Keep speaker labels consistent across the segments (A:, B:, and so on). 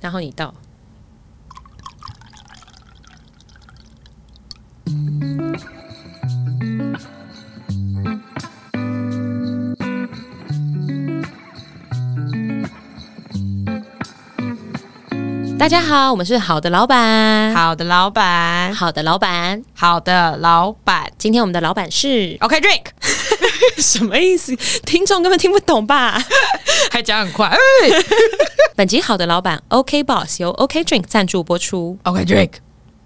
A: 然后你倒。大家好，我们是好的老板。
B: 好的，老板，
A: 好的老板，
B: 好的，老板。
A: 今天我们的老板是
B: OK drink，
A: 什么意思？听众根本听不懂吧？
B: 还讲很快。哎
A: 本集好的老板 OK Boss 由 OK Drink 赞助播出。
B: OK drink，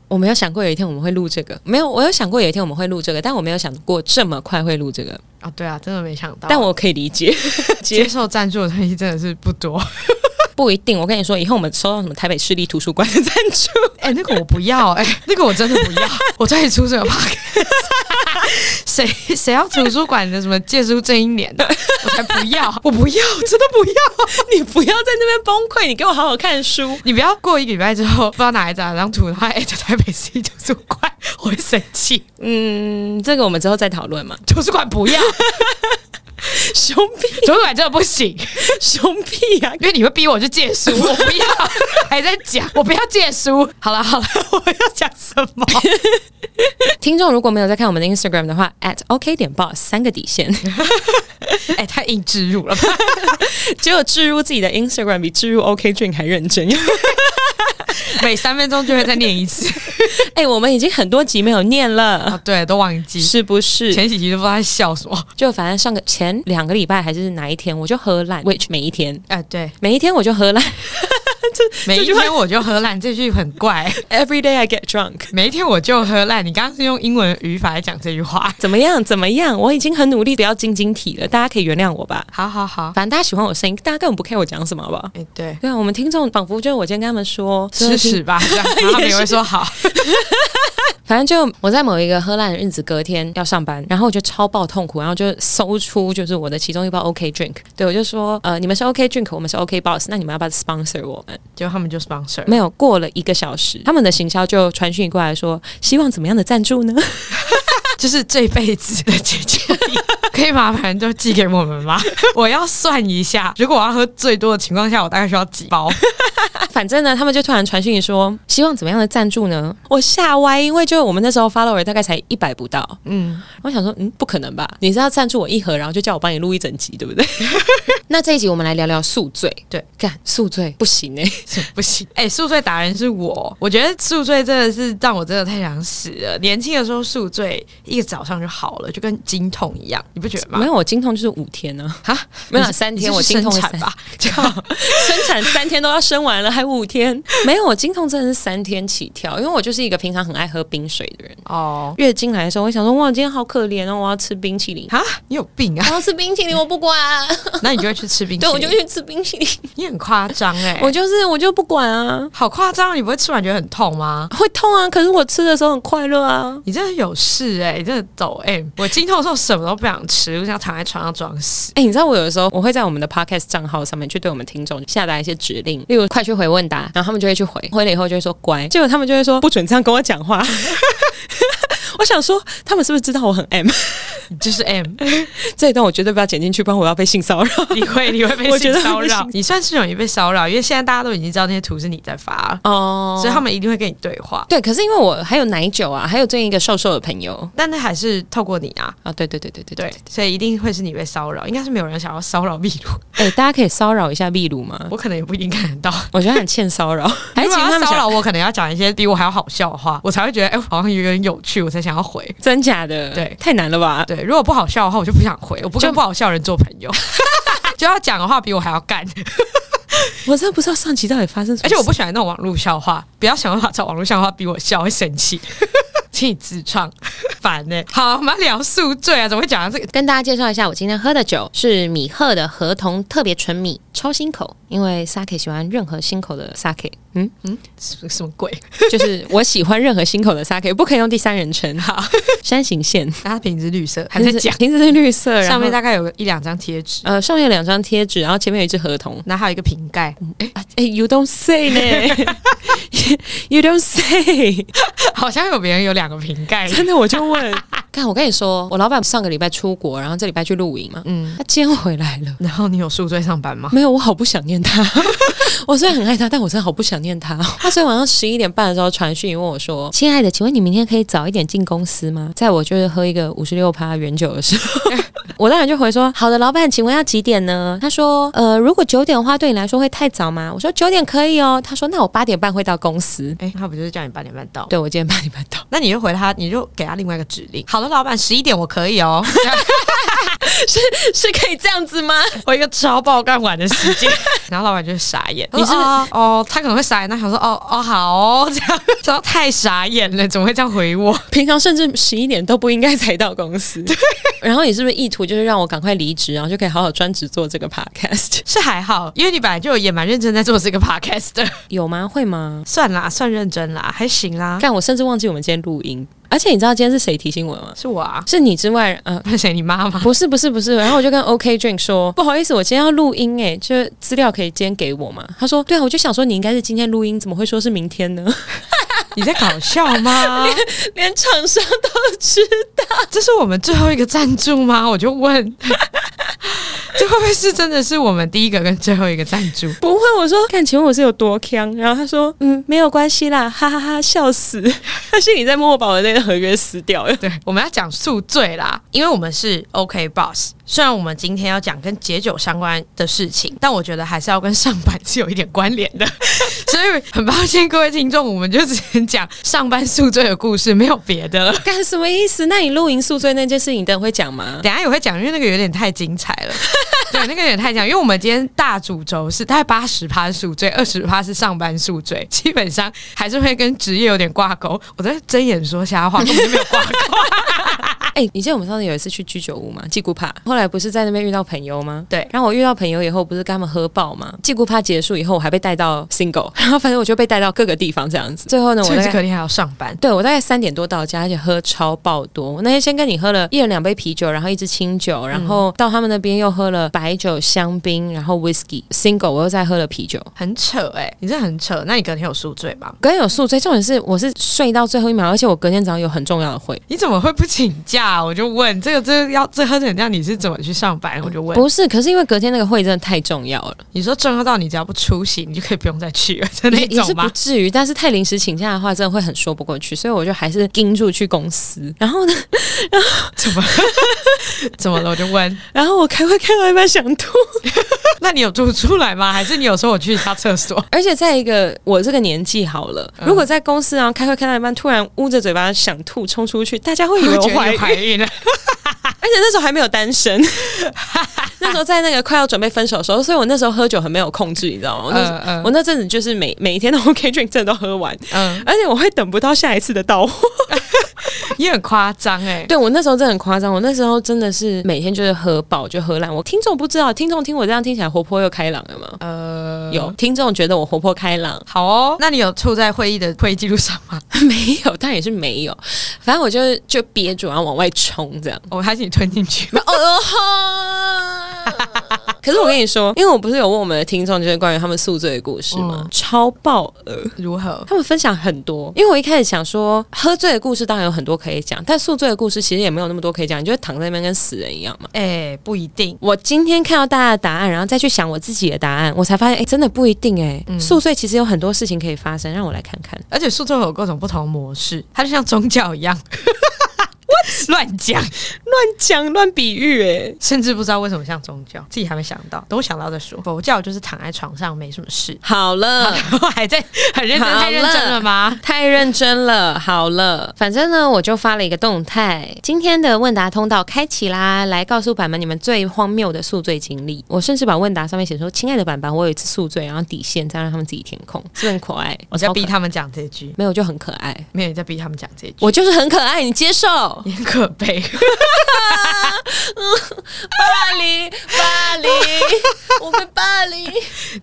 A: 我没有想过有一天我们会录这个，没有，我有想过有一天我们会录这个，但我没有想过这么快会录这个。
B: 哦，对啊，真的没想到。
A: 但我可以理 解，
B: 接受赞助的东西真的是不多。
A: 不一定。我跟你说，以后我们收到什么台北市立图书馆的赞助，
B: 哎、那个我不要，哎、 那个我真的不要。 我再出这个 p o d 谁谁要图书馆的什么借书这一年 的？我才不要， 我不要，真的不要！
A: 你不要在那边崩溃，你给我好好看书。
B: 你不要过一个礼拜之后，不知道哪一张张图，然后哎，在 台北市立图书馆，我会生气。
A: 嗯，这个我们之后再讨论嘛。
B: 图书馆不 要，
A: 熊屁
B: 图书馆真的不行。
A: 熊屁啊呀、
B: 因为你会逼我去借书，我不 要，还在讲我不要借书。好了好了， 我要讲什么？
A: 听众如果没有在看我们的 Instagram 的话，at OK 点 boss 三个底线，
B: 哎、太硬植入了吧，
A: 只有置入自己的 Instagram 比置入 OK Drink 还认真。
B: 每三分钟就会再念一 次。
A: 哎、我们已经很多集没有念
B: 啊，
A: 了，
B: 对，都忘记。
A: 是不是？
B: 前几集都不知道在笑什么。
A: 就反正上个前两个礼拜还是哪一天，我就喝烂，which 每一天，
B: 哎、对，
A: 每一天我就喝烂
B: 每一
A: 这句话
B: 天我就喝烂，这句很 怪。
A: ，every day I get drunk。
B: 每一天我就喝烂。你刚刚是用英文语法来讲这句话。
A: 怎么样？怎么样？我已经很努力，不要晶晶体了，大家可以原谅我吧。
B: 好好好，
A: 反正大家喜欢我声音，大家根本不 care 我讲什么，好不好？
B: 哎、对，
A: 对啊，我们听众仿佛就是我今天跟他们说，
B: 吃屎 吧，这样然后他们也会说好。
A: 反正就我在某一个喝烂的日子，隔天要上班，然后我就超爆痛苦，然后就搜出就是我的其中一包 OK drink，对我就说，呃，你们是 OK drink，我们是 OK boss，那你们要不要 sponsor 我们？
B: 结果他 们就 sponsor，
A: 没有过了一个小时，他们的行销就传讯过来说，希望怎么样的赞助呢？
B: 就是这辈子的姐 姐，可以麻烦就寄给我们 吗？我要算一下，如果我要喝最多的情况下，我大概需要几包？
A: 反正呢，他们就突然传讯说，希望怎么样的赞助呢？我吓歪，因为就我们那时候 follower 大概才一百不到，
B: 嗯，
A: 我想说，嗯，不可能吧？你是要赞助我一盒，然后就叫我帮你录一整集，对不对？ 那这一集我们来聊聊宿醉，
B: 对，
A: 干宿醉不行哎、
B: 是不行。哎、宿醉达人是我，我觉得宿醉真的是让我真的太想死了。年轻的时候宿醉一个早上就好了，就跟经痛一样，你不觉得吗
A: 没？有，我经痛就是五天呢、啊，
B: 啊，
A: 没有
B: 你是
A: 三天
B: 你是
A: 我经痛
B: 生
A: 三
B: 产吧，这样
A: 生产三天都要生完了，还五天？ 没有，我经痛真的是三天起跳，因为我就是一个平常很爱喝冰水的人。
B: 哦
A: 月经来的时候，我想说，哇，今天好可怜哦，我要吃冰淇淋。
B: 啊，你有病啊
A: 我？要吃冰淇淋，我不 管、
B: 那你就会去吃冰淇
A: 对，
B: 淋？
A: 我就去吃冰淇淋，
B: 你很夸张哎，
A: 我就是我就不管啊，
B: 好夸张，你不会吃完觉得很痛吗？
A: 会痛啊，可是我吃的时候很快乐啊。
B: 你真的有事哎、你真的抖 M。我经痛的时候什么都不想吃，我想躺在床上装死。
A: 哎、你知道我有的时候我会在我们的 podcast 账号上面去对我们听众下达一些指令，例如快去回问答，然后他们就会去回，回了以后就会说乖，结果他们就会说不准这样跟我讲 话。我想说，他们是不是知道我很 M？
B: 你就是 M，
A: 这一段我绝对不要剪进去，不然我要被性骚扰。
B: 你会你会被
A: 我觉
B: 性
A: 得
B: 骚
A: 会被
B: 扰
A: 性，
B: 你算是容易被骚扰，因为现在大家都已经知道那些图是你在发了，
A: 哦
B: 所以他们一定会跟你对话。
A: 对，可是因为我还有奶酒啊，还有最近一个瘦瘦的朋友
B: 但那还是透过你啊，
A: 啊，对对对对对
B: 对，所以一定会是你被骚扰，应该是没有人想要骚扰秘 鲁，
A: 哎、大家可以骚扰一下秘鲁吗？
B: 我可能也不一定看得到。
A: 我觉得很欠骚扰， 还
B: 如
A: 是
B: 果
A: 请他
B: 要
A: 们
B: 骚
A: 想
B: 扰我，可能要讲一些比我还要好笑的话，我才会觉得哎、好像有点有趣，我才想要回。
A: 真假的？
B: 对
A: 太难了吧？
B: 对，如果不好笑的话，我就不想回，我不跟不好笑的人做朋友， 就要讲的话比我还要 干。
A: 我真的不知道上集到底发生什么事。
B: 而且我不喜欢那种网络笑话，不要想办法找网络笑话逼我笑，会生 气。请你自创，烦呢、好，我们要聊宿醉啊，怎么会讲到这个？
A: 跟大家介绍一下，我今天喝的酒是米鹤的合同特别纯米超新口，因为 sake 喜欢任何新口的 sake，嗯，
B: 什么什么鬼？
A: 就是我喜欢任何新口的 sake，不可以用第三人称。 好，山形县
B: 那它瓶子绿色，还在讲
A: 瓶子是绿色，然后
B: 上面大概有一两张贴纸，
A: 呃上面有两张贴纸，然后前面有一只合同。
B: 然后还有一个瓶盖，
A: 哎、y o u don't say 呢，You don't say。
B: 好像有别人有两两个瓶盖。
A: 真的，我就 问，看我跟你说，我老板上个礼拜出国，然后这礼拜去露营嘛，
B: 嗯，
A: 他今天回来了。
B: 然后你有宿醉上班吗？
A: 没有，我好不想念他。 我虽然很爱他，但我真的好不想念他。哦他昨天晚上十一点半的时候传讯问我说：“亲爱的，请问你明天可以早一点进公司吗？”在我就是喝一个五十六趴原酒的时候， 我当然就回说：“好的，老板，请问要几点呢？”他说：“呃，如果九点的话，对你来说会太早吗？”我说：“九点可以哦。”他说：“那我八点半会到公司。
B: 哎、他不就是叫你八点半到”？
A: 对，我今天八点半到，
B: 那你就回他，你就给他另外一个指令。好的，老板，十一点我可以哦，
A: 是可以这样子吗？
B: 我一个超爆干晚的时间。 然后老板就傻眼，
A: 你
B: 你
A: 是
B: 是哦哦，他可能会傻眼，他想说哦哦好哦这样， 然后太傻眼了，怎么会这样回我？
A: 平常甚至十一点都不应该才到公司。然后你是不是意图就是让我赶快离职，然后就可以好好专职做这个 podcast？
B: 是还好，因为你本来就也蛮认真在做这个 podcast 的，
A: 有吗？会吗？
B: 算啦，算认真啦，还行啦，
A: 但我甚至忘记我们今天录音，而且你知道今天是谁提醒我吗？
B: 是我啊，
A: 是你之外，呃，
B: 不是谁你妈妈？
A: 不是不是不是。然后我就跟 OK Drink 说，不好意思，我今天要录音诶，就是资料可以今天给我吗？他说，对啊，我就想说你应该是今天录音，怎么会说是明天呢？
B: 你在搞笑 吗？
A: 连厂商都知
B: 这是我们最后一个赞助吗？我就问， 这会不会是真的是我们第一个跟最后一个赞助？
A: 不会。我说，看，请问我是有多坑？然后他说，嗯，没有关系啦，哈哈哈笑死。 他心里在默默把我那个合约撕掉了。
B: 对，我们要讲宿醉啦，因为我们是 OK Boss。虽然我们今天要讲跟解酒相关的事情，但我觉得还是要跟上班是有一点关联的，所以很抱歉各位听众，我们就只能讲上班宿醉的故事，没有别的了。
A: 干什么意思？那你露营宿醉那件事情，你等会讲吗？
B: 等一下也会讲，因为那个有点太精彩 了。对，那个有点太讲，因为我们今天大主轴是大概八十趴宿醉，二十趴是上班宿醉，基本上还是会跟职业有点挂钩。我在睁眼说瞎 话，根本就没有挂钩。
A: 哎、你记得我们上次有一次去居酒屋嘛，季姑帕，后来不是在那边遇到朋友吗？
B: 对
A: 然后我遇到朋友以后，不是跟他们喝爆嘛？季姑帕结束以后，我还被带到 single，然 后反正我就被带到各个地方这样子。最后呢，我
B: 所以
A: 大
B: 这
A: 概
B: 肯定还要上班。
A: 对我大概三点多到家，而且喝超爆多。我那天先跟你喝了一人两杯啤酒，然后一支清酒，然后到他们那边又喝了白酒、香槟，然后 whisky single，我又再喝了啤酒。
B: 很扯哎、你这很扯。那你隔天有宿醉吗？
A: 隔天有宿醉，重点是我是睡到最后一秒，而且我隔天早上有很重要的会。
B: 你怎么会不请假啊、我就问这个，这个要这喝成这样，你是怎么去上班？我就问，
A: 不是，可是因为隔天那个会真的太重要了。
B: 你说重要到你只要不出席，你就可以不用再去 了，是那
A: 也也
B: 种
A: 是不
B: 吗？
A: 至于，但是太临时请假的话，真的会很说不过去，所以我就还是盯住去公司。然后呢，
B: 怎么怎么了？我 就问，
A: 然后我开会开到一半想吐，
B: 那你有吐出来吗？还是你有说我去一下厕所？
A: 而且在一个我这个年纪好了，
B: 嗯
A: 如果在公司然后开会开到一半，突然捂着嘴巴想吐冲出去，大家 会以为我
B: 觉得
A: 怀
B: 你
A: 孕，
B: 怀孕了，
A: 而且那时候还没有单 身，那时候在那个快要准备分手的时候，所以我那时候喝酒很没有控制，你知道吗？我那时候、
B: 嗯嗯
A: 我那阵子就是每每一天都 OK drink 真的都喝完，
B: 嗯，
A: 而且我会等不到下一次的到 货。
B: 也很夸张哎。
A: 对我那时候真的很夸张，我那时候真的是每天就是喝饱就喝烂。我听众不知道，听众听我这样听起来活泼又开朗了吗？
B: 呃，
A: 有听众觉得我活泼开朗
B: 好哦。那你有吐在会议的会议记录上吗？
A: 没有，但也是没有。反正我就是就憋住，然后往外冲 这样。
B: 我还是你吞进去？
A: 哦哦吼！可是我跟你说，因为我不是有问我们的听众，就是关于他们宿醉的故事吗？超爆额，
B: 如何？
A: 他们分享很多。因为我一开始想说，喝醉的故事当然有很多可以讲，但宿醉的故事其实也没有那么多可以讲，你就会躺在那边跟死人一样嘛。
B: 哎、不一定。
A: 我今天看到大家的答案，然后再去想我自己的答案，我才发现，哎、真的不一定哎、宿醉其实有很多事情可以发生，让我来看看。
B: 而且宿醉有各种不同模式，它就像宗教一样。 乱讲，
A: 乱讲乱比喻哎、
B: 甚至不知道为什么像宗教，自己还没想到，等我想到再说。佛教就是躺在床上没什么事，
A: 好了。
B: 我 还在很认真，
A: 好
B: 太认真了吗？
A: 太认真了，好了，反正呢，我就发了一个动态，今天的问答通道开启啦，来告诉板们你们最荒谬的宿醉经历。我甚至把问答上面写说：“亲爱的板板，我有一次宿醉，然后底线再让他们自己填 空，是不是很可爱。”
B: 我在逼
A: 超可，
B: 他们讲这句，
A: 没有就很可爱，
B: 没有你在逼他们讲这句，
A: 我就是很可爱，你接受？
B: 你很可悲。
A: 霸 凌，霸凌，我被霸凌。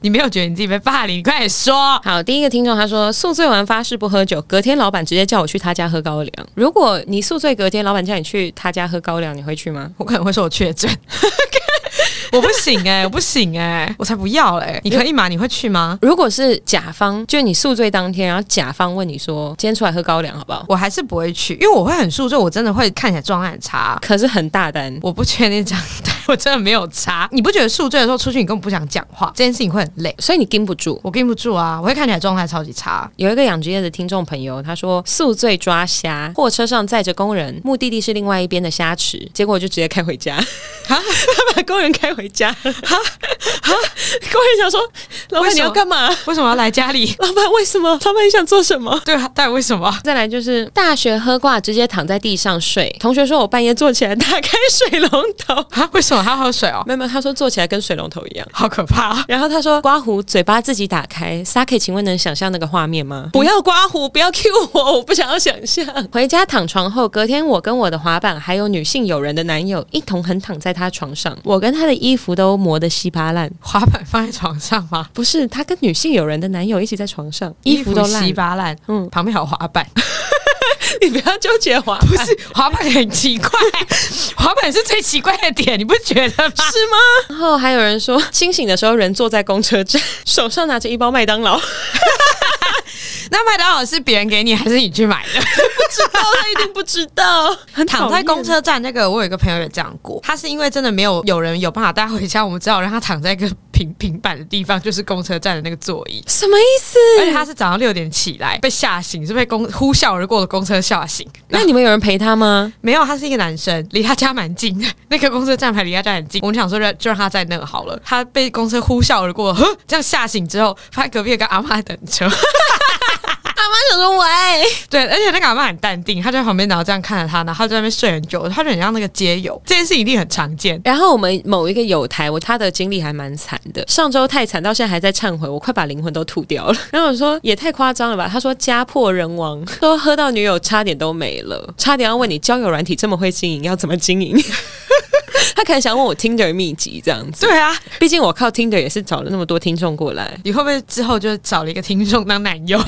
B: 你没有觉得你自己被霸凌？你快点说！
A: 好，第一个听众他说，宿醉完发誓不喝酒，隔天老板直接叫我去他家喝高粱。如果你宿醉隔天，老板叫你去他家喝高粱，你会去吗？
B: 我可能会说我确诊， 我不行哎、我不行哎、我才不要嘞、你可以吗？你会去吗？
A: 如果是甲方，就是你宿醉当天，然后甲方问你说今天出来喝高粱好不好？
B: 我还是不会去，因为我会很宿醉，我真的会看起来状态很差。
A: 可是很大胆，
B: 我不确定这样， 我真的没有差。你不觉得宿醉的时候出去，你根本不想讲话，这件事情会很累。
A: 所以你禁不住。
B: 我跟不住啊，我会看起来状态超级差。
A: 有一个养殖业的听众朋友，他说宿醉抓虾，货车上载着工人，目的地是另外一边的虾池，结果就直接开回家， 他把工人开回家， 工人想说，老
B: 为
A: 板
B: 什么
A: 你要干嘛？
B: 为什么要来家里？
A: 老板为什么？老板你想做什么？
B: 对啊，但为什么？
A: 再来就是大学喝挂，直接躺在地上睡。同学说我半夜坐起来打开水龙头，
B: 啊，为什么还要喝水哦？
A: 没有没有，他说坐起来跟水龙头一样。
B: 好可怕、啊！
A: 然后他说：“刮胡嘴巴自己打开，Saki，请问能想象那个画面吗？不要刮胡，不要 Q 我，我不想要想象。回家躺床后，隔天我跟我的滑板还有女性友人的男友一同横躺在他床上，我跟他的衣服都磨得稀巴烂。
B: 滑板放在床上吗？
A: 不是，他跟女性友人的男友一起在床上，衣服都烂
B: 稀
A: 了。
B: 巴烂，嗯，旁边还有滑板，
A: 你 不要纠结滑，
B: 不是滑板很奇怪，滑板是最奇怪的点，你不觉得吗？
A: 是吗？然后还有人说，清醒的时候人坐在公车站，手上拿着一包麦当劳，
B: 那麦当劳是别人给你，还是你去买的？
A: 他一定不知道。很讨
B: 躺在
A: 厌
B: 公车站那个，我有一个朋友也这样过，他是因为真的没有有人有办法带回家，我们只好让他躺在一个平平板的地方，就是公车站的那个座 椅。
A: 什么意思？
B: 而且他是早上六点起来被吓醒，是被公呼啸而过的公车吓 醒。
A: 那你们有人陪他吗？
B: 没有，他是一个男生，离他家蛮近的，那个公车站牌离他家很近。我们想说让就让他在那好了。他被公车呼啸而过，呵，这样吓醒之后，发现隔壁有个阿妈在等车。
A: 阿妈想说喂，
B: 对，而且那个阿妈很淡定，她就在旁边，然后这样看着他，然后她就在那边睡很久，她就很像那个街友。这件事一定很常见。
A: 然后我们某一个友台，我他的经历还蛮惨的，上周太惨到现在还在忏悔，我快把灵魂都吐掉了。然后我说也太夸张了吧，他说家破人亡， 说喝到女友差点都没了，差点要问你交友软体这么会经营， 要怎么经营？他可能想问我 Tinder 秘籍这样子，
B: 对啊，
A: 毕竟我靠 Tinder 也是找了那么多听众过来，
B: 你会不会之后就找了一个听众当男友？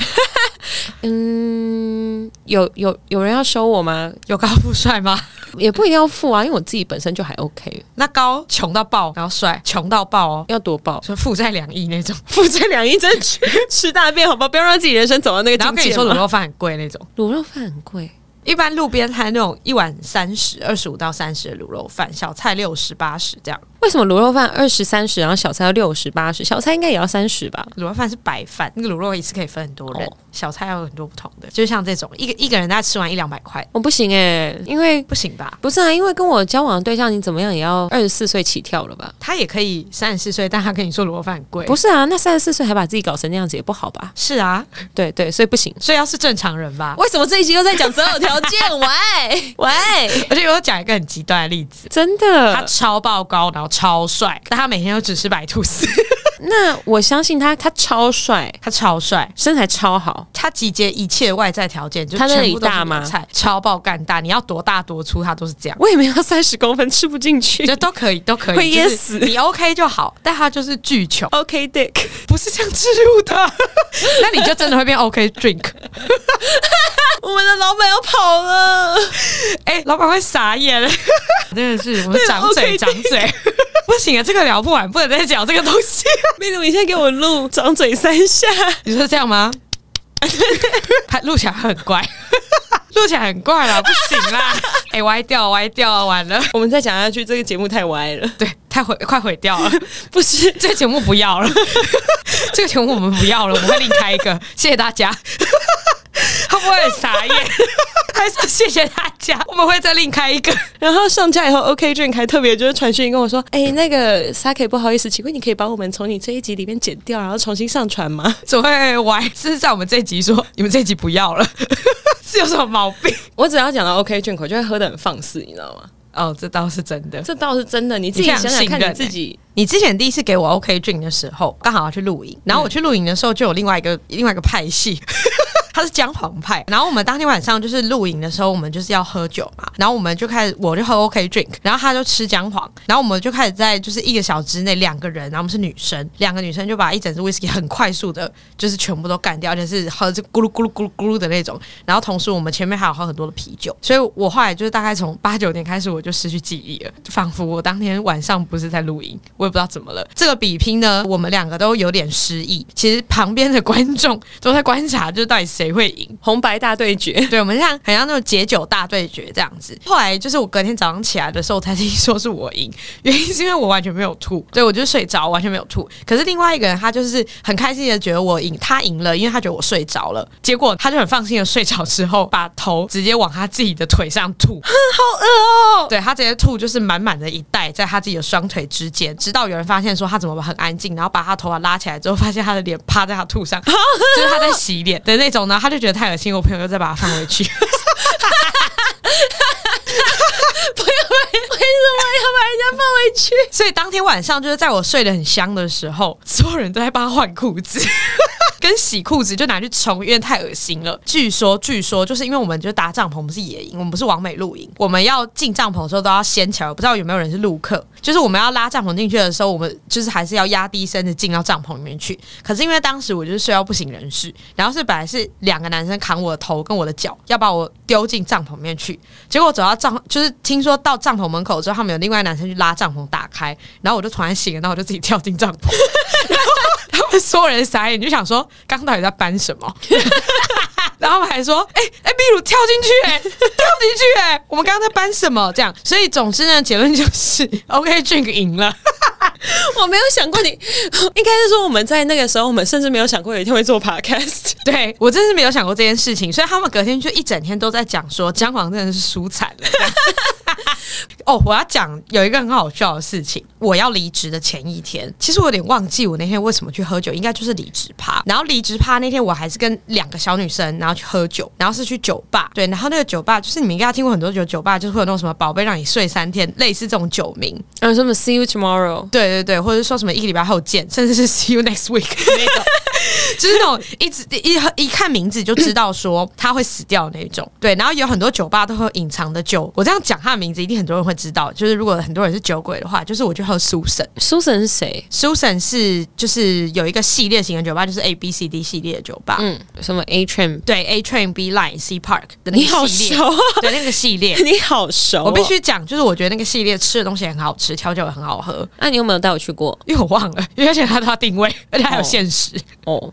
A: 嗯，有有有人要收我吗？
B: 有高富帅吗？
A: 也不一定要付啊，因为我自己本身就还 OK，
B: 那高穷到爆，然后帅穷到爆哦，
A: 要多报。
B: 说负债两亿那种，
A: 负债两亿，真的吃 吃大便，好吧，不要让自己人生走到那个
B: 然后
A: 境
B: 跟
A: 界
B: 你
A: 嘛。
B: 说卤肉饭很贵那种。
A: 卤肉饭很贵，
B: 一般路边摊那种一碗三十、二十五到三十的卤肉饭，小菜六十、八十这样。
A: 为什么卤肉饭二十三十，然后小菜要六十八十？小菜应该也要三十吧？
B: 卤肉饭是白饭，那个卤肉一次可以分很多人，
A: 哦
B: 小菜还有很多不同的，就像这种一个一个人大概吃完一两百块，
A: 我不行哎、因为
B: 不行吧？
A: 不是啊，因为跟我交往的对象，你怎么样也要二十四岁起跳了吧？
B: 他也可以三十四岁，但他跟你说卤肉饭很贵，
A: 不是啊，那三十四岁还把自己搞成那样子也不好吧？
B: 是啊？
A: 对对，所以不行。
B: 所以要是正常人吧。
A: 为什么这一集又在讲择偶条件？ 喂喂，
B: 而且我讲一个很极端的例子，
A: 真
B: 他
A: 的？
B: 超爆高，然后超帅，但他每天都只吃白吐 司，
A: 那我相信他，他超帅，
B: 他超帅。
A: 身材超好，
B: 他集结一切外在条件，就
A: 他那
B: 全
A: 里
B: 部都是
A: 大
B: 我的
A: 吗
B: 菜超爆干大，你要多大多粗，他都是这样。
A: 我也没有三十公分，吃不进去。
B: 觉得都可以，都可以，
A: 会噎
B: 就是
A: 死
B: 你 OK 就好，但他就是巨 穷，
A: OK Dick。
B: 不是这样植入的， 那你就真的会变 OK drink。
A: 我们的老板要跑了，
B: 哎、老板会 傻眼，真的是我们长嘴
A: OK
B: 长嘴，不行啊，这个聊不完，不能再讲这个东西。
A: 秘鲁，你现在给我录张嘴三下，
B: 你说这样吗？ 他录起来很怪， 录起来很怪啦，不行啦， 哎、歪掉，歪掉，完了，
A: 我们再讲下去，这个节目太歪了。
B: 对，太毁，快毁掉了。
A: 不是，
B: 这个节目不要 了，这个节目我们不要了，我们会另开一个，谢谢大 家。他不会很傻眼， 还说谢谢大家，我们会再另开一个。
A: 然后上架以后，OK Drink 还特别就是传讯跟我说，哎、那个 Saki 不好意思，请问你可以把我们从你这一集里面剪掉，然后重新上传吗？
B: 怎么会歪？是在我们这集说你们这集不要了， 是有什么毛病？
A: 我只要讲到 OK Drink，我就会喝得很放肆，你知道吗？
B: 哦，这倒是真的。
A: 这倒是真的，你自己
B: 你非
A: 想
B: 常
A: 想看，
B: 信任
A: 你自己
B: 你之前第一次给我 OK 俊的时候，刚好要去露营，然后我去露营的时候就有另外一个、另外一个派系。 他是姜黄派。然后我们当天晚上就是露营的时候，我们就是要喝酒嘛，然后我们就开始我就喝 OK drink，然后他就吃姜黄，然后我们就开始在就是一个小时之内两个人，然后我们是女生，两个女生就把一整支 whisky 很快速的，就是全部都干掉，而且是喝着咕噜咕噜咕噜咕噜的那种。然后同时我们前面还有喝很多的啤酒，所以我后来就是大概从 八九点开始我就失去记忆了，仿佛我当天晚上不是在露营，我也不知道怎么了。这个比拼呢，我们两个都有点失忆，其实旁边的观众都在观察，就是到底谁会赢。
A: 红白大对决，
B: 对，我们像很像那种解酒大对决这样子。后来就是我隔天早上起来的时候，我才听说是我赢，原因是因为我完全没有吐，对我就睡着，完全没有吐。可是另外一个人他就是很开心的觉得我赢，他赢了，因为他觉得我睡着了。结果他就很放心的睡着之后，把头直接往他自己的腿上吐，好恶哦、对他直接吐就是满满的一袋在他自己的双腿之间，直到有人发现说他怎么很安静，然后把他头发拉起来之后，发现他的脸趴在他吐上，就是他在洗脸的那种呢，他就觉得太恶心，我朋友又再把它放回去。
A: 不要为为什么要把人家放回去？
B: 所以当天晚上就是在我睡得很香的时候，所有人都在帮他换裤子。 跟洗裤子就拿去冲，因为太恶心了。据说，据说就是因为我们就搭帐篷，不是野营，我们不是往美露营，我们要进帐篷的时候都要掀起来。我不知道有没有人是陆客，就是我们要拉帐篷进去的时候，我们就是还是要压低身子进到帐篷里面去。可是因为当时我就是睡到不省人事，然后是本来是两个男生扛我的头跟我的脚，要把我丢进帐篷里面去。结果走到帐，就是听说到帐篷门口之后，他们有另外一个男生去拉帐篷打开，然后我就突然醒了，然后我就自己跳进帐篷。然后 他们所有人傻眼，就想说刚到底在搬什么？ 然后他们还说：“哎、哎，秘鲁跳进去、哎，跳进去、哎，我们刚刚在搬什么？”这样，所以总之呢，结论就是 OK Drink 赢了。
A: 我没有想过你，应该是说我们在那个时候，我们甚至没有想过有一天会做 podcast。
B: 对我真是没有想过这件事情，所以他们隔天就一整天都在讲说姜黄真的是输惨了。这样 哦，我要讲有一个很好笑的事情，我要离职的前一天，其实我有点忘记我那天为什么去喝酒，应该就是离职趴。然后离职趴那天我还是跟两个小女生，然后去喝酒，然后是去酒吧，对，然后那个酒吧就是你们应该听过很多酒酒吧，就是会有那种什么宝贝让你睡三天，类似这种酒名，
A: 嗯，什么 see you tomorrow，
B: 对对对，或者说什么一个礼拜后见，甚至是 see you next week 那 种，就是那种一直一一看名字就知道说他会死掉的那种。对，然后有很多酒吧都会有隐藏的酒，我这样讲他的名字，一定很多人会知道。就是如果很多人是酒鬼的话，就是我去喝 Susan。
A: 苏神是谁？
B: Susan 是就是有一个系列型的酒吧，就是 A B C D 系列的酒吧。
A: 嗯，什么 A Train？
B: 对 A Train B Line C Park 的那
A: 你好
B: 个系
A: 熟
B: 列，
A: 啊，
B: 对那个系列，
A: 你好熟、啊
B: 我必。须讲，就是我觉得那个系列吃的东西很好吃，调酒也很好喝，
A: 那、啊你有没有带我去过？
B: 因为我忘了，因为而且它都要定位，而且还有限时。
A: 哦，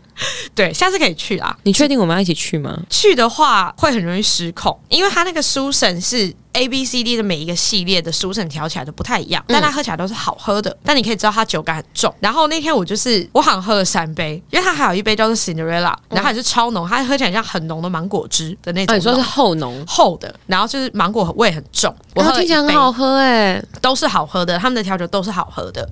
B: 对，下次可以去啦。
A: 你确定我们要一起去吗？
B: 去的话会很容易失控，因为它那个书审是 A B C D 的每一个系列的书审调起来都不太一样，
A: 嗯
B: 但它喝起来都是好喝的。但你可以知道它酒感很重。然后那天我就是我好像喝了三杯，因为它还有一杯叫做 Cinderella，然后它也是超浓，它喝起来像很浓的芒果汁的那种
A: 啊，
B: 浓。
A: 你说是厚浓，
B: 厚的，然后就是芒果味很重。我喝
A: 啊
B: 了
A: 听起来
B: 一
A: 很
B: 杯
A: 好喝哎、
B: 都是好喝的，他们的调酒都是好喝的。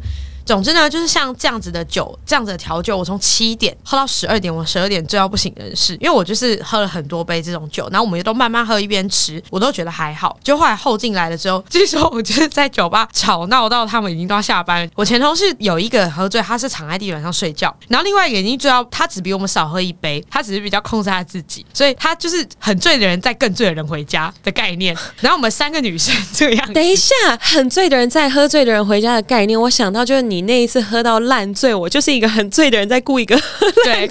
B: 总之呢，就是像这样子的酒，这样子的调酒，我从七点喝到十二点，我十二点醉到不省人事，因为我就是喝了很多杯这种酒，然后我们都慢慢喝一边吃，我都觉得还好。就后来后进来了之后，据说我就是在酒吧吵闹到他们已经都要下班了。我前同事有一个喝醉，他是躺在地板上睡觉，然后另外一个已经醉到他只比我们少喝一杯，他只是比较控制他自己，所以他就是很醉的人带更醉的人回家的概念。 然后我们三个女生这样 子
A: 等一下，很醉的人在喝醉的人回家的概念，我想到就是你那一次喝到烂醉，我就是一个很醉的人在雇一个。
B: 对，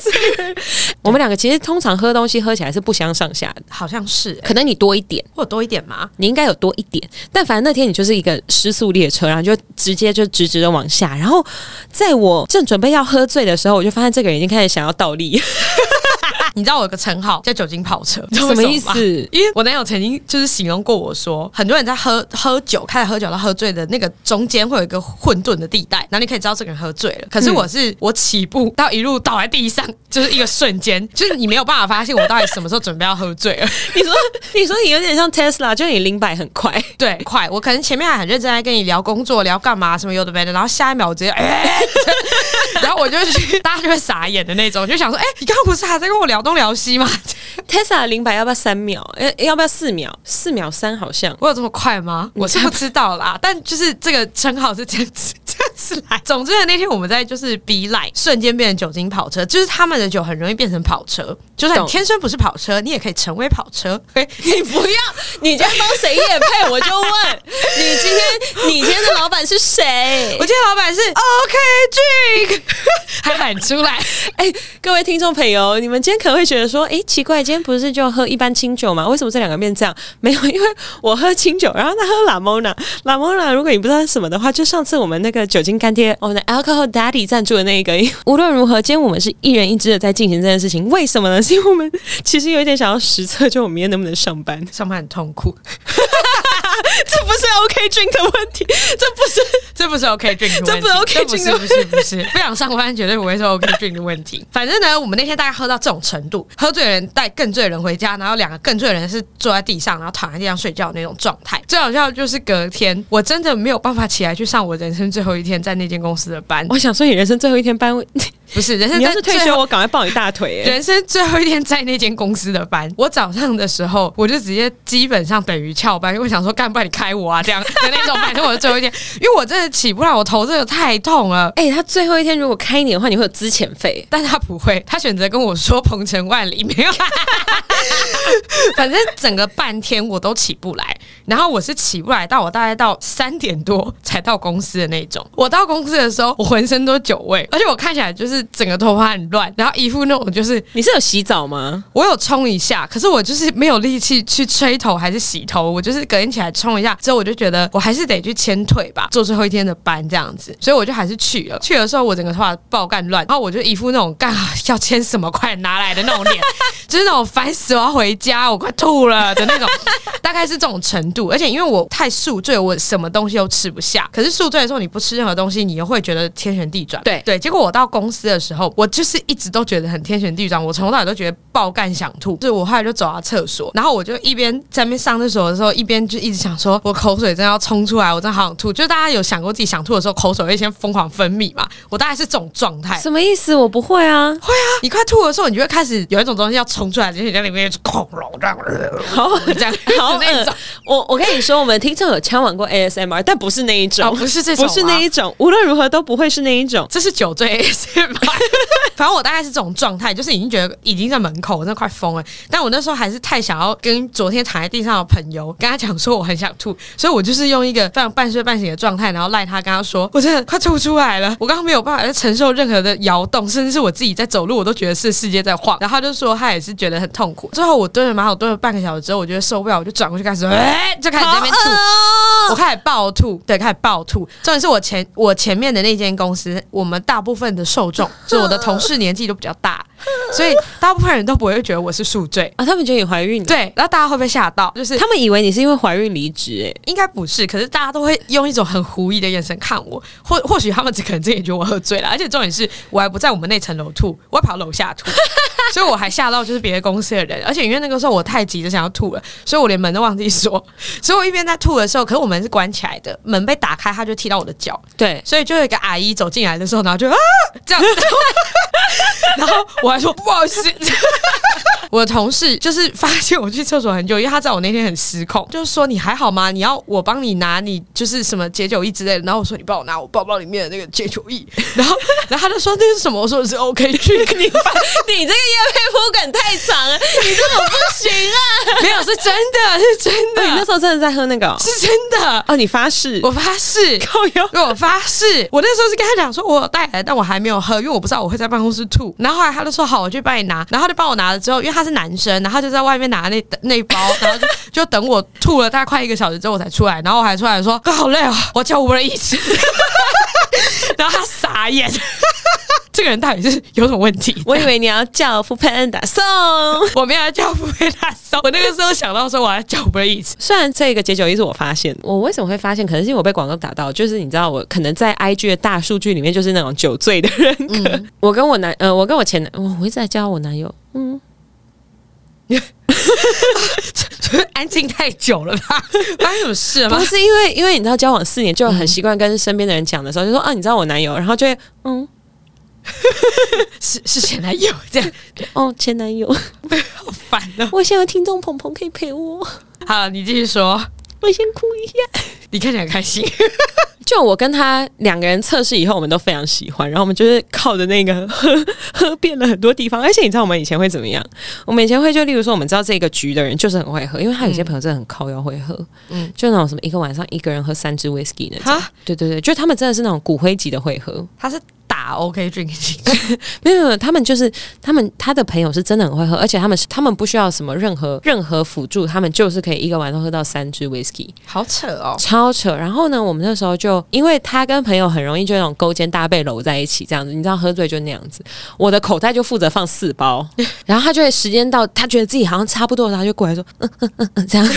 A: 我们两个其实通常喝东西喝起来是不相上下的，
B: 好像是、欸，
A: 可能你多一点，
B: 或多一点嘛。
A: 你应该有多一点，但反正那天你就是一个失速列车，然后就直接就直直的往下。然后在我正准备要喝醉的时候，我就发现这个人已经开始想要倒立，
B: 啊你知道我有个称号叫酒精跑车，你知道
A: 什
B: 为
A: 么
B: 什
A: 意
B: 么吗？
A: 思？
B: 因为我男友曾经就是形容过我说，很多人在喝喝酒，开始喝酒到喝醉的那个中间会有一个混沌的地带，然后你可以知道这个人喝醉了。可是
A: 嗯
B: 我是、我起步到一路倒在地上，就是一个瞬间，就是你没有办法发现我到底什么时候准备要喝醉了。
A: 你说，你说你有点像 Tesla，就是你零百很快，
B: 对，快！我可能前面还很认真在跟你聊工作、聊干嘛什么有的没的，然后下一秒我直接 哎，然后我就去，大家就会傻眼的那种，就想说，哎、你刚刚不是还在跟我聊东聊西吗？
A: Tesla 零百要不要三秒？要要不要四秒？四秒三好像。
B: 我有这么快吗？我是不知道啦，但就是这个称号是这样子。 这样子来。总之呢，那天我们在就是比赖，瞬间变成酒精跑车，就是他们的酒很容易变成跑车，就算你
A: 懂
B: 天生不是跑车，你也可以成为跑 车。嘿
A: 你不要，你今天帮谁夜配？我就问你今天，你今天的老板是谁
B: 我？记得老板是 OK Drink，还 喊出来。
A: 哎、各位听众朋友，你们今天可能会觉得说，哎、奇怪，今天不是就喝一般清酒吗？为什么这两个面这样？没有，因为我喝清酒，然后他喝拉莫娜，拉莫娜。如果你不知道是什么的话，就上次我们那个酒精干爹，我们的 Alcohol Daddy 赞助的那一个。无论如何，今天我们是一人一支的在进行这件事情，为什么呢？是因为我们其实有一点想要实测，就我明天能不能上 班。
B: 上班很痛苦，
A: 这不是 OK Drink 的问题，这不 是
B: 这不是 OK drink，的
A: 这
B: 问
A: 不
B: 题
A: 是 OK
B: 这
A: drink 的
B: 不是不是不是，不想上班绝对不会是 OK drink 的问题。反正呢，我们那天大概喝到这种程度，喝醉的人带更醉的人回家，然后两个更醉的人是坐在地上，然后躺在地上睡觉的那种状态。最好笑的就是隔天，我真的没有办法起来去上我人生最后一天在那间公司的班，
A: 我想说，你人生最后一天班，
B: 不是人生
A: 哦你要
B: 在
A: 是退
B: 最
A: 休，啊
B: 后
A: 我赶快抱你大腿、欸。
B: 人生最后一天在那间公司的班，我早上的时候我就直接基本上等于翘班，因为我想说干不然你开我啊这样的那种，反正我的最后一天，因为我真的起不来，我头真的太痛了。
A: 哎、他最后一天如果开你的话，你会有资遣费。
B: 但他不会，他选择跟我说鹏程万里没有， 反正整个半天我都起不来，然后我是起不来，到我大概到三点多才到公司的那种。我到公司的时候，我浑身都酒味，而且我看起来就是整个头发很乱，然后一副那种就是
A: 你是有洗澡吗？
B: 我有冲一下，可是我就是没有力气去吹头还是洗头，我就是隔天起来冲一下之后，我就觉得我还是得去签退吧，做最后一天的班这样子，所以我就还是去了。去的时候我整个头发爆干乱，然后我就一副那种干要签什么快点拿来的那种脸，就是那种烦死我要回家，我快吐了的那种，大概是这种程度。而且因为我太宿醉，我什么东西都吃不下。可是宿醉的时候你不吃任何东西，你又会觉得天旋地转。
A: 对
B: 对，结果我到公司的时候，我就是一直都觉得很天旋地转，我从头到尾都觉得爆干想吐。就是我后来就走到厕所，然后我就一边在那边上厕所的时候，一边就一直想说，我口水真的要冲出来，我真的好想吐。就是大家有想过自己想吐的时候，口水会先疯狂分泌嘛？我大概是这种状态。
A: 什么意思？我不会啊，
B: 你快吐的时候，你就会开始有一种东西要冲出来，就是你在里面就是恐龙这样，
A: 好
B: 这 样
A: 好
B: 那种
A: 恶。我我跟你说，我们听众有敲玩过 ASMR，但不是那一种，
B: 哦不是这种啊
A: 呃不是那一种，无论如何都不会是那一种。
B: 这是酒醉 是吧？反正我大概是这种状态，就是已经觉得已经在门口，我真的快疯了。但我那时候还是太想要跟昨天躺在地上的朋友跟他讲说我很想吐，所以我就是用一个非常半睡半醒的状态，然后赖他跟他说我真的快吐出来了，我刚刚没有办法再承受任何的摇动，甚至是我自己在走路，我都觉得是世界在晃。然后他就说他也是觉得很痛苦。最后我蹲了蛮好，蹲了半个小时之后，我觉得受不了，我就转过去开始，哎、就开始在那边吐。
A: 呃
B: 我开始暴吐，对，开始暴吐。重点是我前我前面的那间公司，我们大部分的受众，就是我的同事年纪都比较大，所以大部分人都不会觉得我是宿醉。
A: 啊，他们觉得你怀孕了，
B: 对，然后大家会不会吓到？就是
A: 他们以为你是因为怀孕离职、哎，
B: 应该不是，可是大家都会用一种很狐疑的眼神看我，或或许他们只可能真的觉得我喝醉了，而且重点是我还不在我们那层楼吐，我还跑楼下吐，所以我还吓到就是别的公司的人，而且因为那个时候我太急着想要吐了，所以我连门都忘记锁，所以我一边在吐的时候，可是我门是关起来的，门被打开，他就踢到我的脚，
A: 对，
B: 所以就有一个阿姨走进来的时候，然后就啊这样， 然后我还说不好意思。 我的同事就是发现我去厕所很久，因为他知道我那天很失控，就是说你还好吗？你要我帮你拿你就是什么解酒液之类的，然后我说你帮我拿我包包里面的那个解酒液， 然后然后他就说那是什么？我说是 OK 去你
A: 你这个夜配铺梗太长啊了，你这种不行啊！
B: 没有是真的是真
A: 对，你那
B: 的
A: 时候真的在喝那个哦，
B: 是真的，
A: 哦你发誓，
B: 啊我发誓。
A: 靠腰
B: 因为我发誓，我那时候是跟他讲说，我有带来，但我还没有喝，因为我不知道我会在办公室吐。然后后来他就说好，我去帮你拿。然后他就帮我拿了之后，因为他是男生，然后他就在外面拿那那一包，然后就 就等我吐了大概快一个小时之后我才出来。然后我还出来说，哥好累哦，我叫 Uber Eats。然后他傻眼， 这个人到底是有什么问题？
A: 我以为你要叫 f o o Panda 送。
B: 我没有要叫不被他收，我那个时候想到说我要叫 Uber Eats。
A: 虽然这个解酒液是我发现的，我为什么会发现？可能是因为我被广告打到，就是你知道，我可能在 IG 的大数据里面就是那种酒醉的人格。我跟我男，呃，我跟我前男，我我一直在叫我男友，
B: 安静太久了吧？ 发生什么事了吗
A: 不？是因为，因为你知道交往四年就很习惯跟身边的人讲的时候，就说啊，你知道我男友，然后就会嗯，
B: 是是前男友这样，
A: 哦，前男友，
B: 好烦哦。
A: 我想要听众鹏鹏可以陪我，
B: 好，你继续说。
A: 我先哭一下。
B: 你看起来很开心，
A: 就我跟他两个人测试以后，我们都非常喜欢，然后我们就是靠着那个 喝喝遍了很多地方。而且你知道我们以前会怎么样？我们以前会就例如说，我们知道这个局的人就是很会喝，因为他有些朋友真的很靠要会喝，嗯
B: 嗯，
A: 就那种什么一个晚上一个人喝三支 whisky 那种
B: 哈。
A: 对对对，就他们真的是那种骨灰级的会喝。
B: 他是打 OK drinking，
A: 没有没有，他们就是他们他的朋友是真的很会喝，而且他们是他们不需要什么任何任何辅助，他们就是可以一个晚上喝到三支 whisky。
B: 好扯哦。
A: 超扯。然后呢，我们那时候就因为他跟朋友很容易就那种勾肩搭背搂在一起这样子，你知道喝醉就那样子。我的口袋就负责放四包，然后他就会时间到，他觉得自己好像差不多了，他就过来说嗯嗯嗯嗯这样。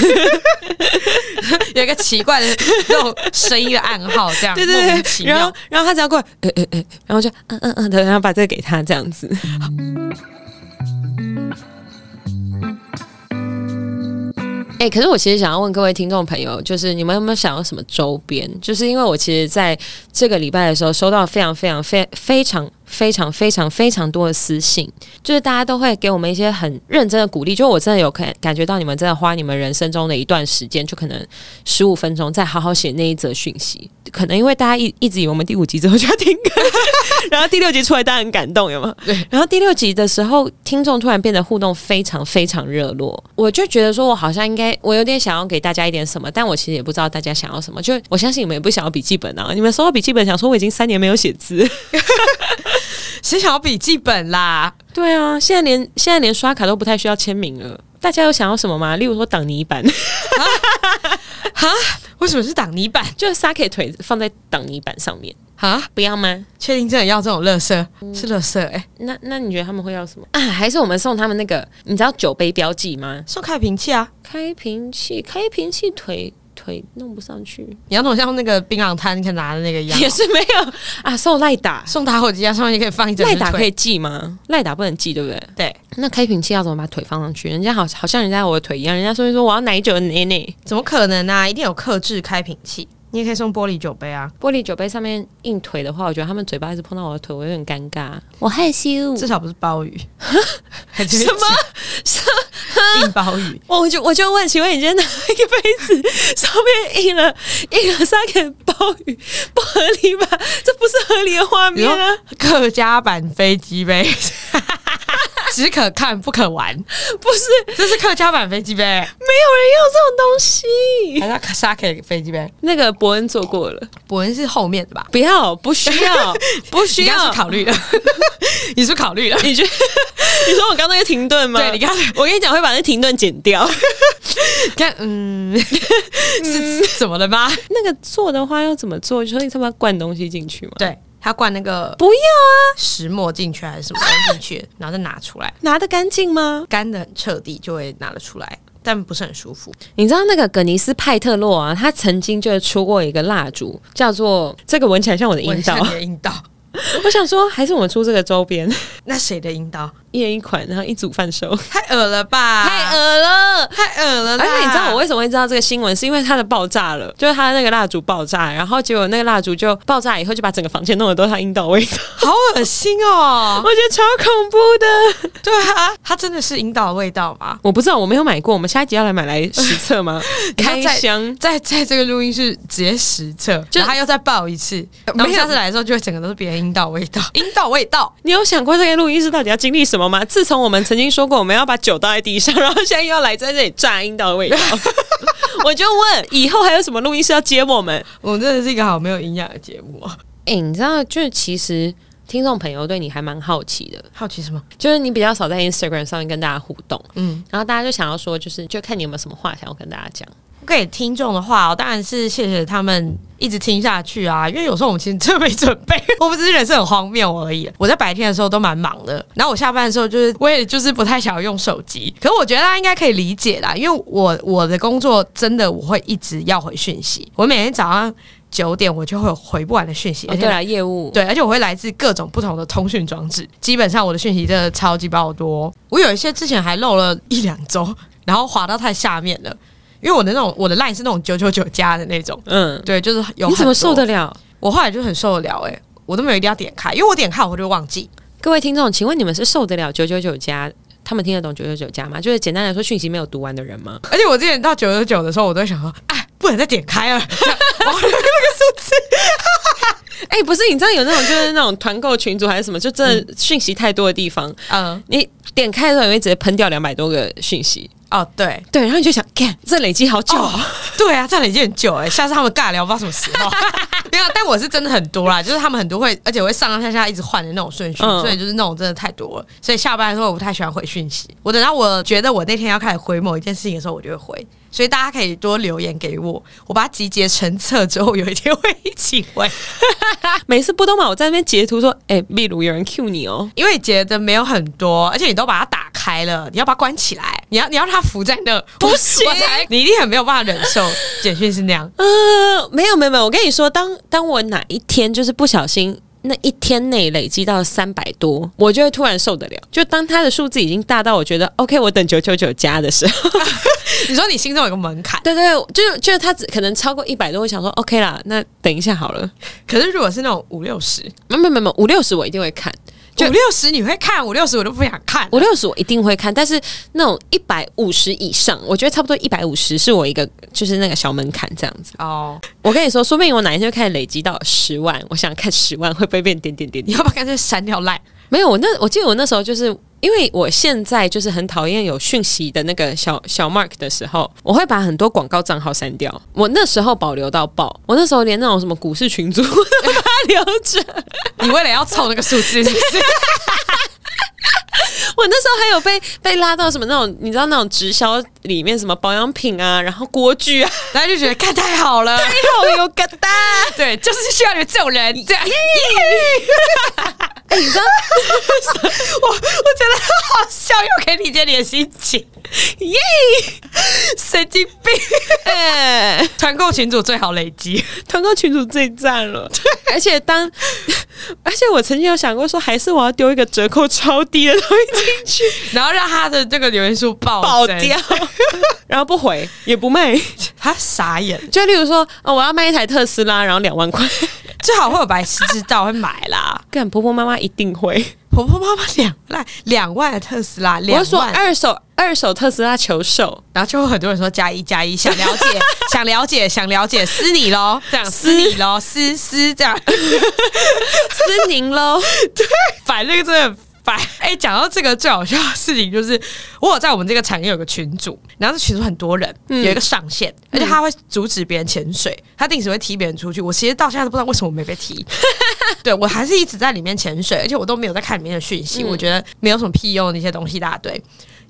B: 有一个奇怪的那种声音的暗号，这样
A: 对
B: 莫
A: 对
B: 名其
A: 对，然
B: 妙
A: 后。然后他只要过来，呃呃呃，然后就嗯嗯嗯的，然后把这个给他这样子。嗯哎、可是我其实想要问各位听众朋友，就是你们有没有想要什么周边？就是因为我其实在这个礼拜的时候收到非常非常非非常非常非常非常多的私信，就是大家都会给我们一些很认真的鼓励，就我真的有感感觉到你们真的花你们人生中的一段时间，就可能十五分钟再好好写那一则讯息。可能因为大家一一直以为我们第五集之后就要停更， 然后第六集出来，大家很感动，有吗？
B: 对。
A: 然后第六集的时候，听众突然变得互动非常非常热络，我就觉得说我好像应该，我有点想要给大家一点什么，但我其实也不知道大家想要什么。就我相信你们也不想要笔记本啊，你们收到笔记本想说我已经三年没有写字，
B: 谁想要笔记本啦？
A: 对啊，现在连现在连刷卡都不太需要签名了。大家有想要什么吗？例如说挡泥板，
B: 哈？为什么是挡泥板？
A: 就是撒开腿放在挡泥板上面，
B: 哈？
A: 不要吗？
B: 确定真的要这种乐色？是乐色哎，
A: 那那你觉得他们会要什么啊？还是我们送他们那个，你知道酒杯标记吗？
B: 送开瓶器啊！
A: 开瓶器，开瓶器腿腿弄不上去，
B: 你要那种像那个槟榔摊可以拿的那个 一样
A: 也。是没有啊。送赖打，
B: 送打火机啊，上面也可以放一整
A: 赖
B: 只
A: 打可
B: 腿。
A: 以记吗？赖打不能记，对不对？
B: 对，
A: 那开瓶器要怎么把腿放上去？人家好好像人家我的腿一样，人家说说我要奶酒奶奶，
B: 怎么可能啊？一定有克制开瓶器。你也可以送玻璃酒杯啊，
A: 玻璃酒杯上面硬腿的话，我觉得他们嘴巴一直碰到我的腿，我有点尴尬，我害羞。
B: 至少不是鲍 鱼。
A: 什么？
B: 硬鲍鱼？
A: 我就我就问，请问你今天拿 一个杯子，上面印了印了三个鲍鱼，不合理吧？这不是合理的画
B: 你
A: 面
B: 说
A: 啊！
B: 客家版飞机杯， 只可看不可玩。
A: 不是，没
B: 这是客家版飞机杯，
A: 有人要这种东西。
B: 还是沙克飞机杯？
A: 那个伯恩做过了，
B: 伯恩是后面的吧？
A: 不要，不需要， 不需
B: 你刚刚
A: 要
B: 是。考虑 了，你是不是考虑了？
A: 你觉得 你说我刚那个停顿吗？
B: 对你刚刚
A: 我跟你讲会把那停顿剪掉。
B: 看，嗯，是是怎么了吗？
A: 那个做的话要怎么做？所以他们要灌东西进去吗？
B: 对他灌那个
A: 不要啊，
B: 石墨进去还是什么东西进去，然后再拿出来，
A: 拿得干净吗？
B: 干的很彻底就会拿得出来，但不是很舒服。
A: 你知道那个葛尼斯派特洛啊，他曾经就是出过一个蜡烛，叫做这个闻起来像我的
B: 我
A: 阴道
B: 像。你的阴道，
A: 我想说，还是我们出这个周边，
B: 那谁的阴道？
A: 一人一款，然后一组贩售，
B: 太恶了哎吧！
A: 啊恶了。
B: 太恶了啦！
A: 而且哎你知道我为什么会知道这个新闻，是因为它的爆炸了，就是它那个蜡烛爆炸，然后结果那个蜡烛就爆炸以后，就把整个房间弄得都是它阴道味 道，
B: 好恶心哦！
A: 我觉得超恐怖的。
B: 对啊，它真的是引导的味道吗？
A: 我不知道，我没有买过，我们下一集要来买来实测 吗？开
B: 在
A: 箱。
B: 在在这个录音室直接实测，
A: 就呃
B: 就他又再爆一次，然后
A: 没有
B: 下次来的时候就会整个都是别人阴道味道，阴道味道。
A: 你有想过这个录音室到底要经历什么吗？自从我们曾经说过我们要把酒倒在地上，然后现在又要来在这里炸阴道的 味道，我就问以后还有什么录音室要接我们？
B: 我们真的是一个好没有营养的节目、哦。
A: 哎、你知道，就是其实听众朋友对你还蛮好奇的，
B: 好奇什么？
A: 就是你比较少在 Instagram 上面跟大家互动，
B: 嗯，
A: 然后大家就想要说，就是就看你有没有什么话想要跟大家讲。
B: 给听众的话、哦，当然是谢谢他们一直听下去啊，因为有时候我们其实真的没准备， 我们只是人生很荒谬而已。我在白天的时候都蛮忙的，然后我下班的时候就是我也就是不太想要用手机，可是我觉得大家应该可以理解啦，因为我我的工作真的我会一直要回讯息，我每天早上九点我就会有回不完的讯息，
A: 哦，
B: 而且
A: 对了，业务，
B: 对，而且我会来自各种不同的通讯装置，基本上我的讯息真的超级爆多。我有一些之前还漏了一两周，然后滑到太下面了，因为我的那种我的 line 是那种九九九加的那种，
A: 嗯，
B: 对，就是有
A: 你怎么
B: 很多
A: 受？得了？
B: 我后来就很受得了、欸，哎，我都没有一定要点开，因为我点开我就忘记。
A: 各位听众，请问你们是受得了九九九加？他们听得懂九九九加吗？就是简单来说，讯息没有读完的人吗？
B: 而且我之前到九九九的时候，我都会想说，哎，不不能再点开了。
A: 哎、不是，你知道有那种就是那种团购群组还是什么，就真的讯息太多的地方，
B: 嗯，
A: 你点开的时候你会直接喷掉两百多个讯息。
B: 哦，对，
A: 对，然后你就想，看这累积好久、
B: 哦，对啊，这样已经很久哎、下次他们尬聊不知道什么时 候。没有，但我是真的很多啦，就是他们很多会，而且会上上下下一直换的那种顺序，
A: 嗯
B: 所以就是那种真的太多了。所以下班的时候我不太喜欢回讯息，我等到我觉得我那天要开始回某一件事情的时候，我就会回。所以大家可以多留言给我，我把它集结成册之后，有一天会一起回，
A: 每次不都嘛，我在那边截图说，哎、例如有人 Q 你哦，
B: 因为觉得没有很多，而且你都把它打开了，你要把它关起来，你要你要让它浮在那，
A: 不
B: 我
A: 行
B: 我才你一定很没有办法忍受简讯是那样。
A: 呃，没有没有没有，我跟你说，当当我哪一天就是不小心。那一天内累积到三百多，我就会突然受得了。就当它的数字已经大到我觉得 OK，我等九九九加的时候，
B: 你说你心中有个门槛，
A: 对对，就就它只可能超过一百多，我想说 OK 啦，那等一下好了。
B: 可是如果是那种五六十，
A: 没没没没，五六十我一定会看，就
B: 五六十你会看，五六十我都不想看。
A: 五六十我一定会看，但是那种一百五十以上，我觉得差不多一百五十是我一个就是那个小门槛这样子。
B: 哦，
A: 我跟你说，说不定我哪一天就开始累积到十万，我想看十万会不会变点点点
B: 你
A: 点。
B: 要不要干脆删掉赖？
A: 没有，我那我记得我那时候就是。因为我现在就是很讨厌有讯息的那个小小 mark 的时候，我会把很多广告账号删掉。我那时候保留到爆，我那时候连那种什么股市群组 我都把它留着。
B: 你为了要凑那个数字，是不 是？
A: 我那时候还有被被拉到什么那种，你知道那种直销里面什么保养品啊，然后锅具啊，
B: 然后就觉得看太好了，
A: 好哎有疙瘩。
B: 对，就是需要你们这种人，这样。
A: 哎、你知道
B: 我我觉得很好笑，又可以理解你的心情，
A: 耶？
B: 神经病。
A: 哎、
B: 团购群主最好累积，
A: 团购群主最赞了。而且当，而且我曾经有想过说，还是我要丢一个折扣超低的东西进去
B: 然后让他的这个留言数爆
A: 保
B: 增
A: 掉，然后不回也不卖。
B: 他傻眼。
A: 就例如说，哦，我要卖一台特斯拉，然后两万块，
B: 最好会有白痴知道会买啦。
A: 干婆婆妈妈一定会。
B: 婆婆妈妈两万两万的特斯拉，
A: 我
B: 两
A: 是说
B: 万
A: 二手二手特斯拉求 售。
B: 然后就会很多人说加一加一，想了解 想了解想了解，撕你喽，这样撕你喽，撕撕这样，
A: 思宁喽，
B: 反正真的很烦。哎、讲到这个最好笑的事情就是，我有在我们这个产业有个群组，然后这群组很多人，有一个上限，而且他会阻止别人潜水，他定时会踢别人出去。我其实到现在都不知道为什么我没被 踢，对我还是一直在里面潜水，而且我都没有在看里面的讯息，我觉得没有什么屁用的那些东西一大堆。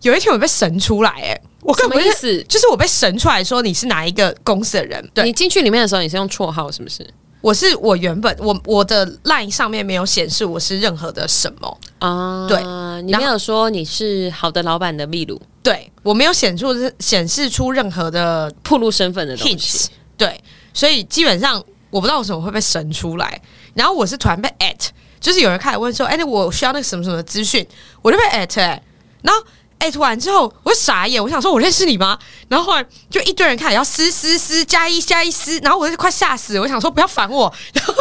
B: 有一天我被神出来、哎，我根
A: 什
B: 本
A: 么
B: 不
A: 意
B: 是
A: 思？
B: 就是我被审出来说你是哪一个公司的人。对，
A: 你进去里面的时候，你是用绰号是不是？
B: 我是我原本我我的 line 上面没有显示我是任何的什么，
A: 啊
B: 对
A: 你没有说你是好的老板的秘鲁，
B: 对我没有显出显示出任何的
A: 暴露身份的东
B: hints，
A: 西。
B: 对，所以基本上我不知道为什么会被审出来，然后我是突然被 at，就是有人开始问说，哎、那我需要那个什么什么资讯，我就被 at，、哎，然后。at 完之后，我傻眼，我想说，我认识你吗？然后后来就一堆人开始要撕撕撕加一加一撕，然后我就快吓死了，我想说不要烦我，然后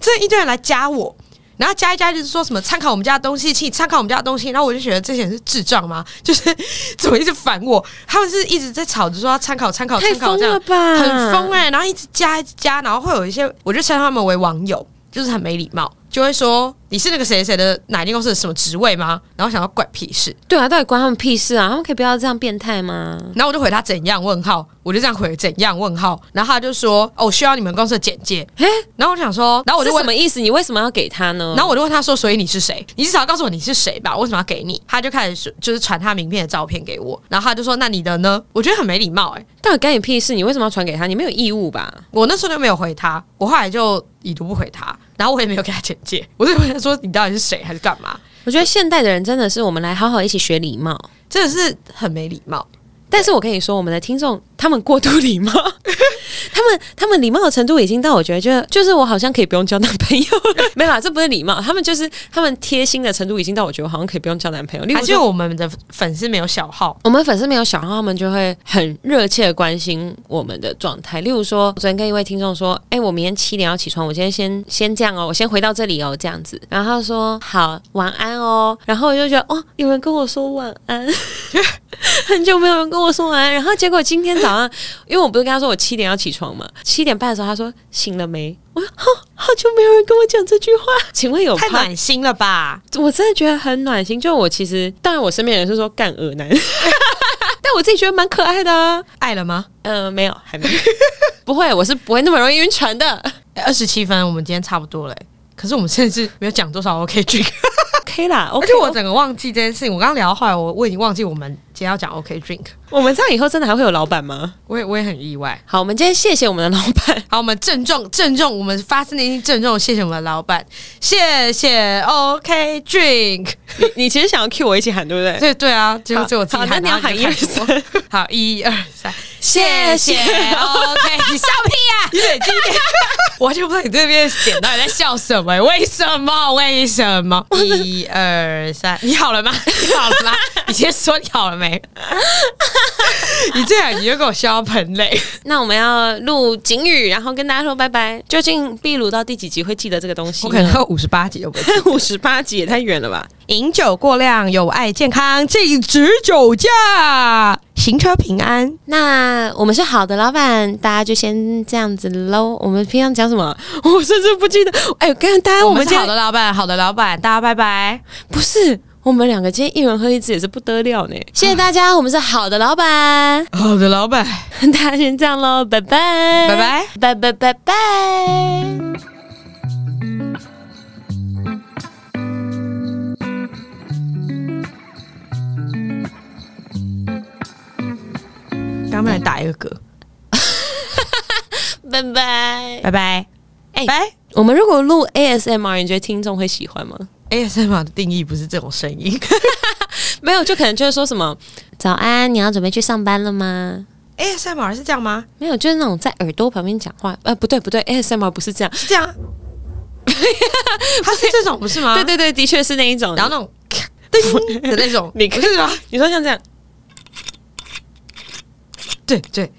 B: 这一堆人来加我，然后加一加就是说什么参考我们家的东西，请你参考我们家的东西。然后我就觉得这些人是智障吗？ 就是怎么一直烦我？他们是一直在吵着说要参考参考参考这样，
A: 吧
B: 很疯哎、然后一直加一直加，然后会有一些，我就称他们为网友，就是很没礼貌，就会说你是那个谁谁的哪间公司的什么职位吗？然后想要怪屁事，
A: 对啊，到底关他们屁事啊？他们可以不要这样变态吗？
B: 然后我就回他怎样问号，我就这样回怎样问号，然后他就说哦，我需要你们公司的简介，
A: 哎、
B: 然后我就想说，然后我
A: 这
B: 就问
A: 什么意思？你为什么要给他呢？
B: 然后我就问他说：“所以你是谁？你至少要告诉我你是谁吧？为什么要给你？”他就开始说就是传他名片的照片给我，然后他就说：“那你的呢？”我觉得很没礼貌哎、
A: 到底干你屁事？你为什么要传给他？你没有义务吧？
B: 我那时候就没有回他，我后来就已读不回他，然后我也没有给他简介，我就问他说：“你到底是谁，还是干嘛
A: 我觉得现代的人真的是，我们来好好一起学礼貌。？”
B: 真的是很没礼貌。
A: 但是我跟你说，我们的听众他们过度礼貌， 他们他们礼貌的程度已经到我觉得就就是我好像可以不用交男朋友了。 没有啦，这不是礼貌，他们就是他们贴心的程度已经到我觉得我好像可以不用交男朋友。例如
B: 还
A: 说
B: 是我们的粉丝没有小号，
A: 我们粉丝没有想到，他们就会很热切的关心我们的状态。例如说，昨天跟一位听众说：“哎、我明天七点要起床，我今天先先这样哦，我先回到这里哦，这样子。”然后他说：“好，晚安哦。”然后我就觉得，哦，有人跟我说晚安， 很久没有人跟我说晚安，然后结果今天早上，因为我不是跟他说我七点要起床嘛，七点半的时候他说醒了没？我说好、好久没有人跟我讲这句话，请问有
B: 太
A: pod-
B: 暖心了吧？
A: 我真的觉得很暖心。就我其实，当然我身边人是说干恶男， 但我自己觉得蛮可爱的啊。
B: 爱了吗？
A: 嗯、没有，还没有，不会，我是不会那么容易晕船的。
B: 二十七分，我们今天差不多了欸、可是我们甚至没有讲多少 OK 剧，
A: OK 啦
B: 而
A: ，OK
B: 且我整个忘记这件事情。我刚刚聊到后来，我我已经忘记我们今天要讲 OK drink，
A: 我们这样以后真的还会有老板吗？
B: 我也我也很意外。
A: 好，我们今天谢谢我们的老 板，
B: 好，我们郑重郑重，我们发自内心郑重，谢谢我们的老板，谢谢 OK drink。
A: 你你其实想要 cue 我一起喊，对不对？
B: 对对啊，就
A: 好
B: 就我自己
A: 哎好
B: 喊，
A: 那你要喊一
B: 然
A: 二
B: 后就看
A: 三，
B: 我。好，一二三，
A: 谢谢
B: OK，你笑屁啊！你冷静一点，我就不知道你这边点到底在笑什么、为什么？为什么？ 一二三，你好了 吗？你好了吗？你先说你好了没？ 你这样你就给我笑到喷 泪。
A: 那我们要录警语，然后跟大家说拜拜。究竟秘鲁到第几集会记得这个东西？
B: 我可能喝五十八集都不会。
A: 五十八集也太远了吧？
B: 饮酒过量有害健康，禁止酒驾，行车平安。
A: 那我们是好的老板，大家就先这样子喽。我们平常讲什么， 我甚至不记得。哎，刚刚大家
B: 我
A: 我
B: 们
A: 们
B: 是
A: 今
B: 好
A: 天
B: 的老板，好的老板，大家拜拜。
A: 不是我们两个今天一人喝一支也是不得了呢。谢谢大家，我们是好的老板，
B: 好的，老板，
A: 大家先这样喽，拜拜，
B: 拜
A: 拜
B: 拜，
A: 拜拜拜。
B: 刚刚来打一个嗝，
A: 拜拜。
B: 拜拜，
A: 哎
B: 拜。
A: 我们如果录 ASMR，你觉得听众会喜欢吗？
B: ASMR 的定义不是这种声 音
A: 没有，就可能就是说什么早安，你要准备去上班了吗？
B: ，ASMR 是这样吗？
A: 没有，就是那种在耳朵旁边讲话。呃，不对不对，ASMR 不是这样。
B: 是这样，啊 它是这种不是吗？
A: 对，对对，的确是那一种。
B: 然后那种 叮的那种，
A: 你
B: 不是吗？
A: 你说像这样，
B: 对对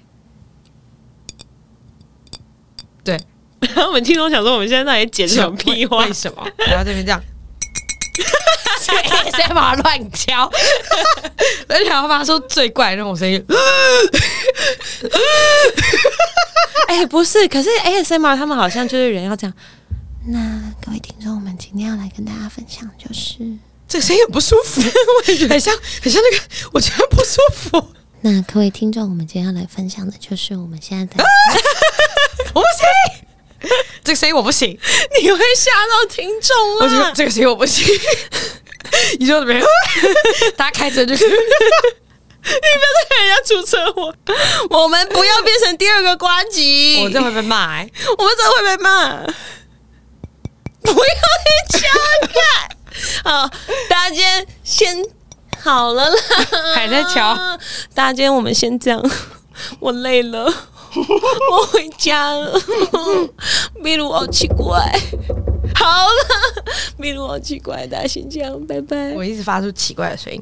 B: 对，
A: 然后我们听众想说我们现在到底剪什么屁话
B: 为？为什么？然后这边这样。 是 ASMR 乱敲， 而且要发出最怪的那种声 音，
A: 哎、不是，可是 ASMR 他们好像就是人要这样。那各位听众，我们今天要来跟大家分享就是，
B: 这个声音很不舒服， 我也觉得很像，很像那个，我觉得不舒服。
A: 那各位听众，我们今天要来分享的就是我们现在在。
B: 我不行， 这个声音我不行，
A: 你会吓到听众
B: 我觉得这个声音我不行。啊 你说 怎么样？大家开车 就 是
A: 你不要再让人家出车祸， 我们不要变成第二个瓜吉，
B: 我这会被骂、欸。
A: 我们真的会被骂。 不要再加盖，好，大家今天先好了啦，
B: 还在瞧。
A: 大家今天我们先这样， 我累 了，我回家了。秘鲁好奇怪，好了，秘鲁好奇怪，大家先这样，拜拜。
B: 我一直发出奇怪的声音。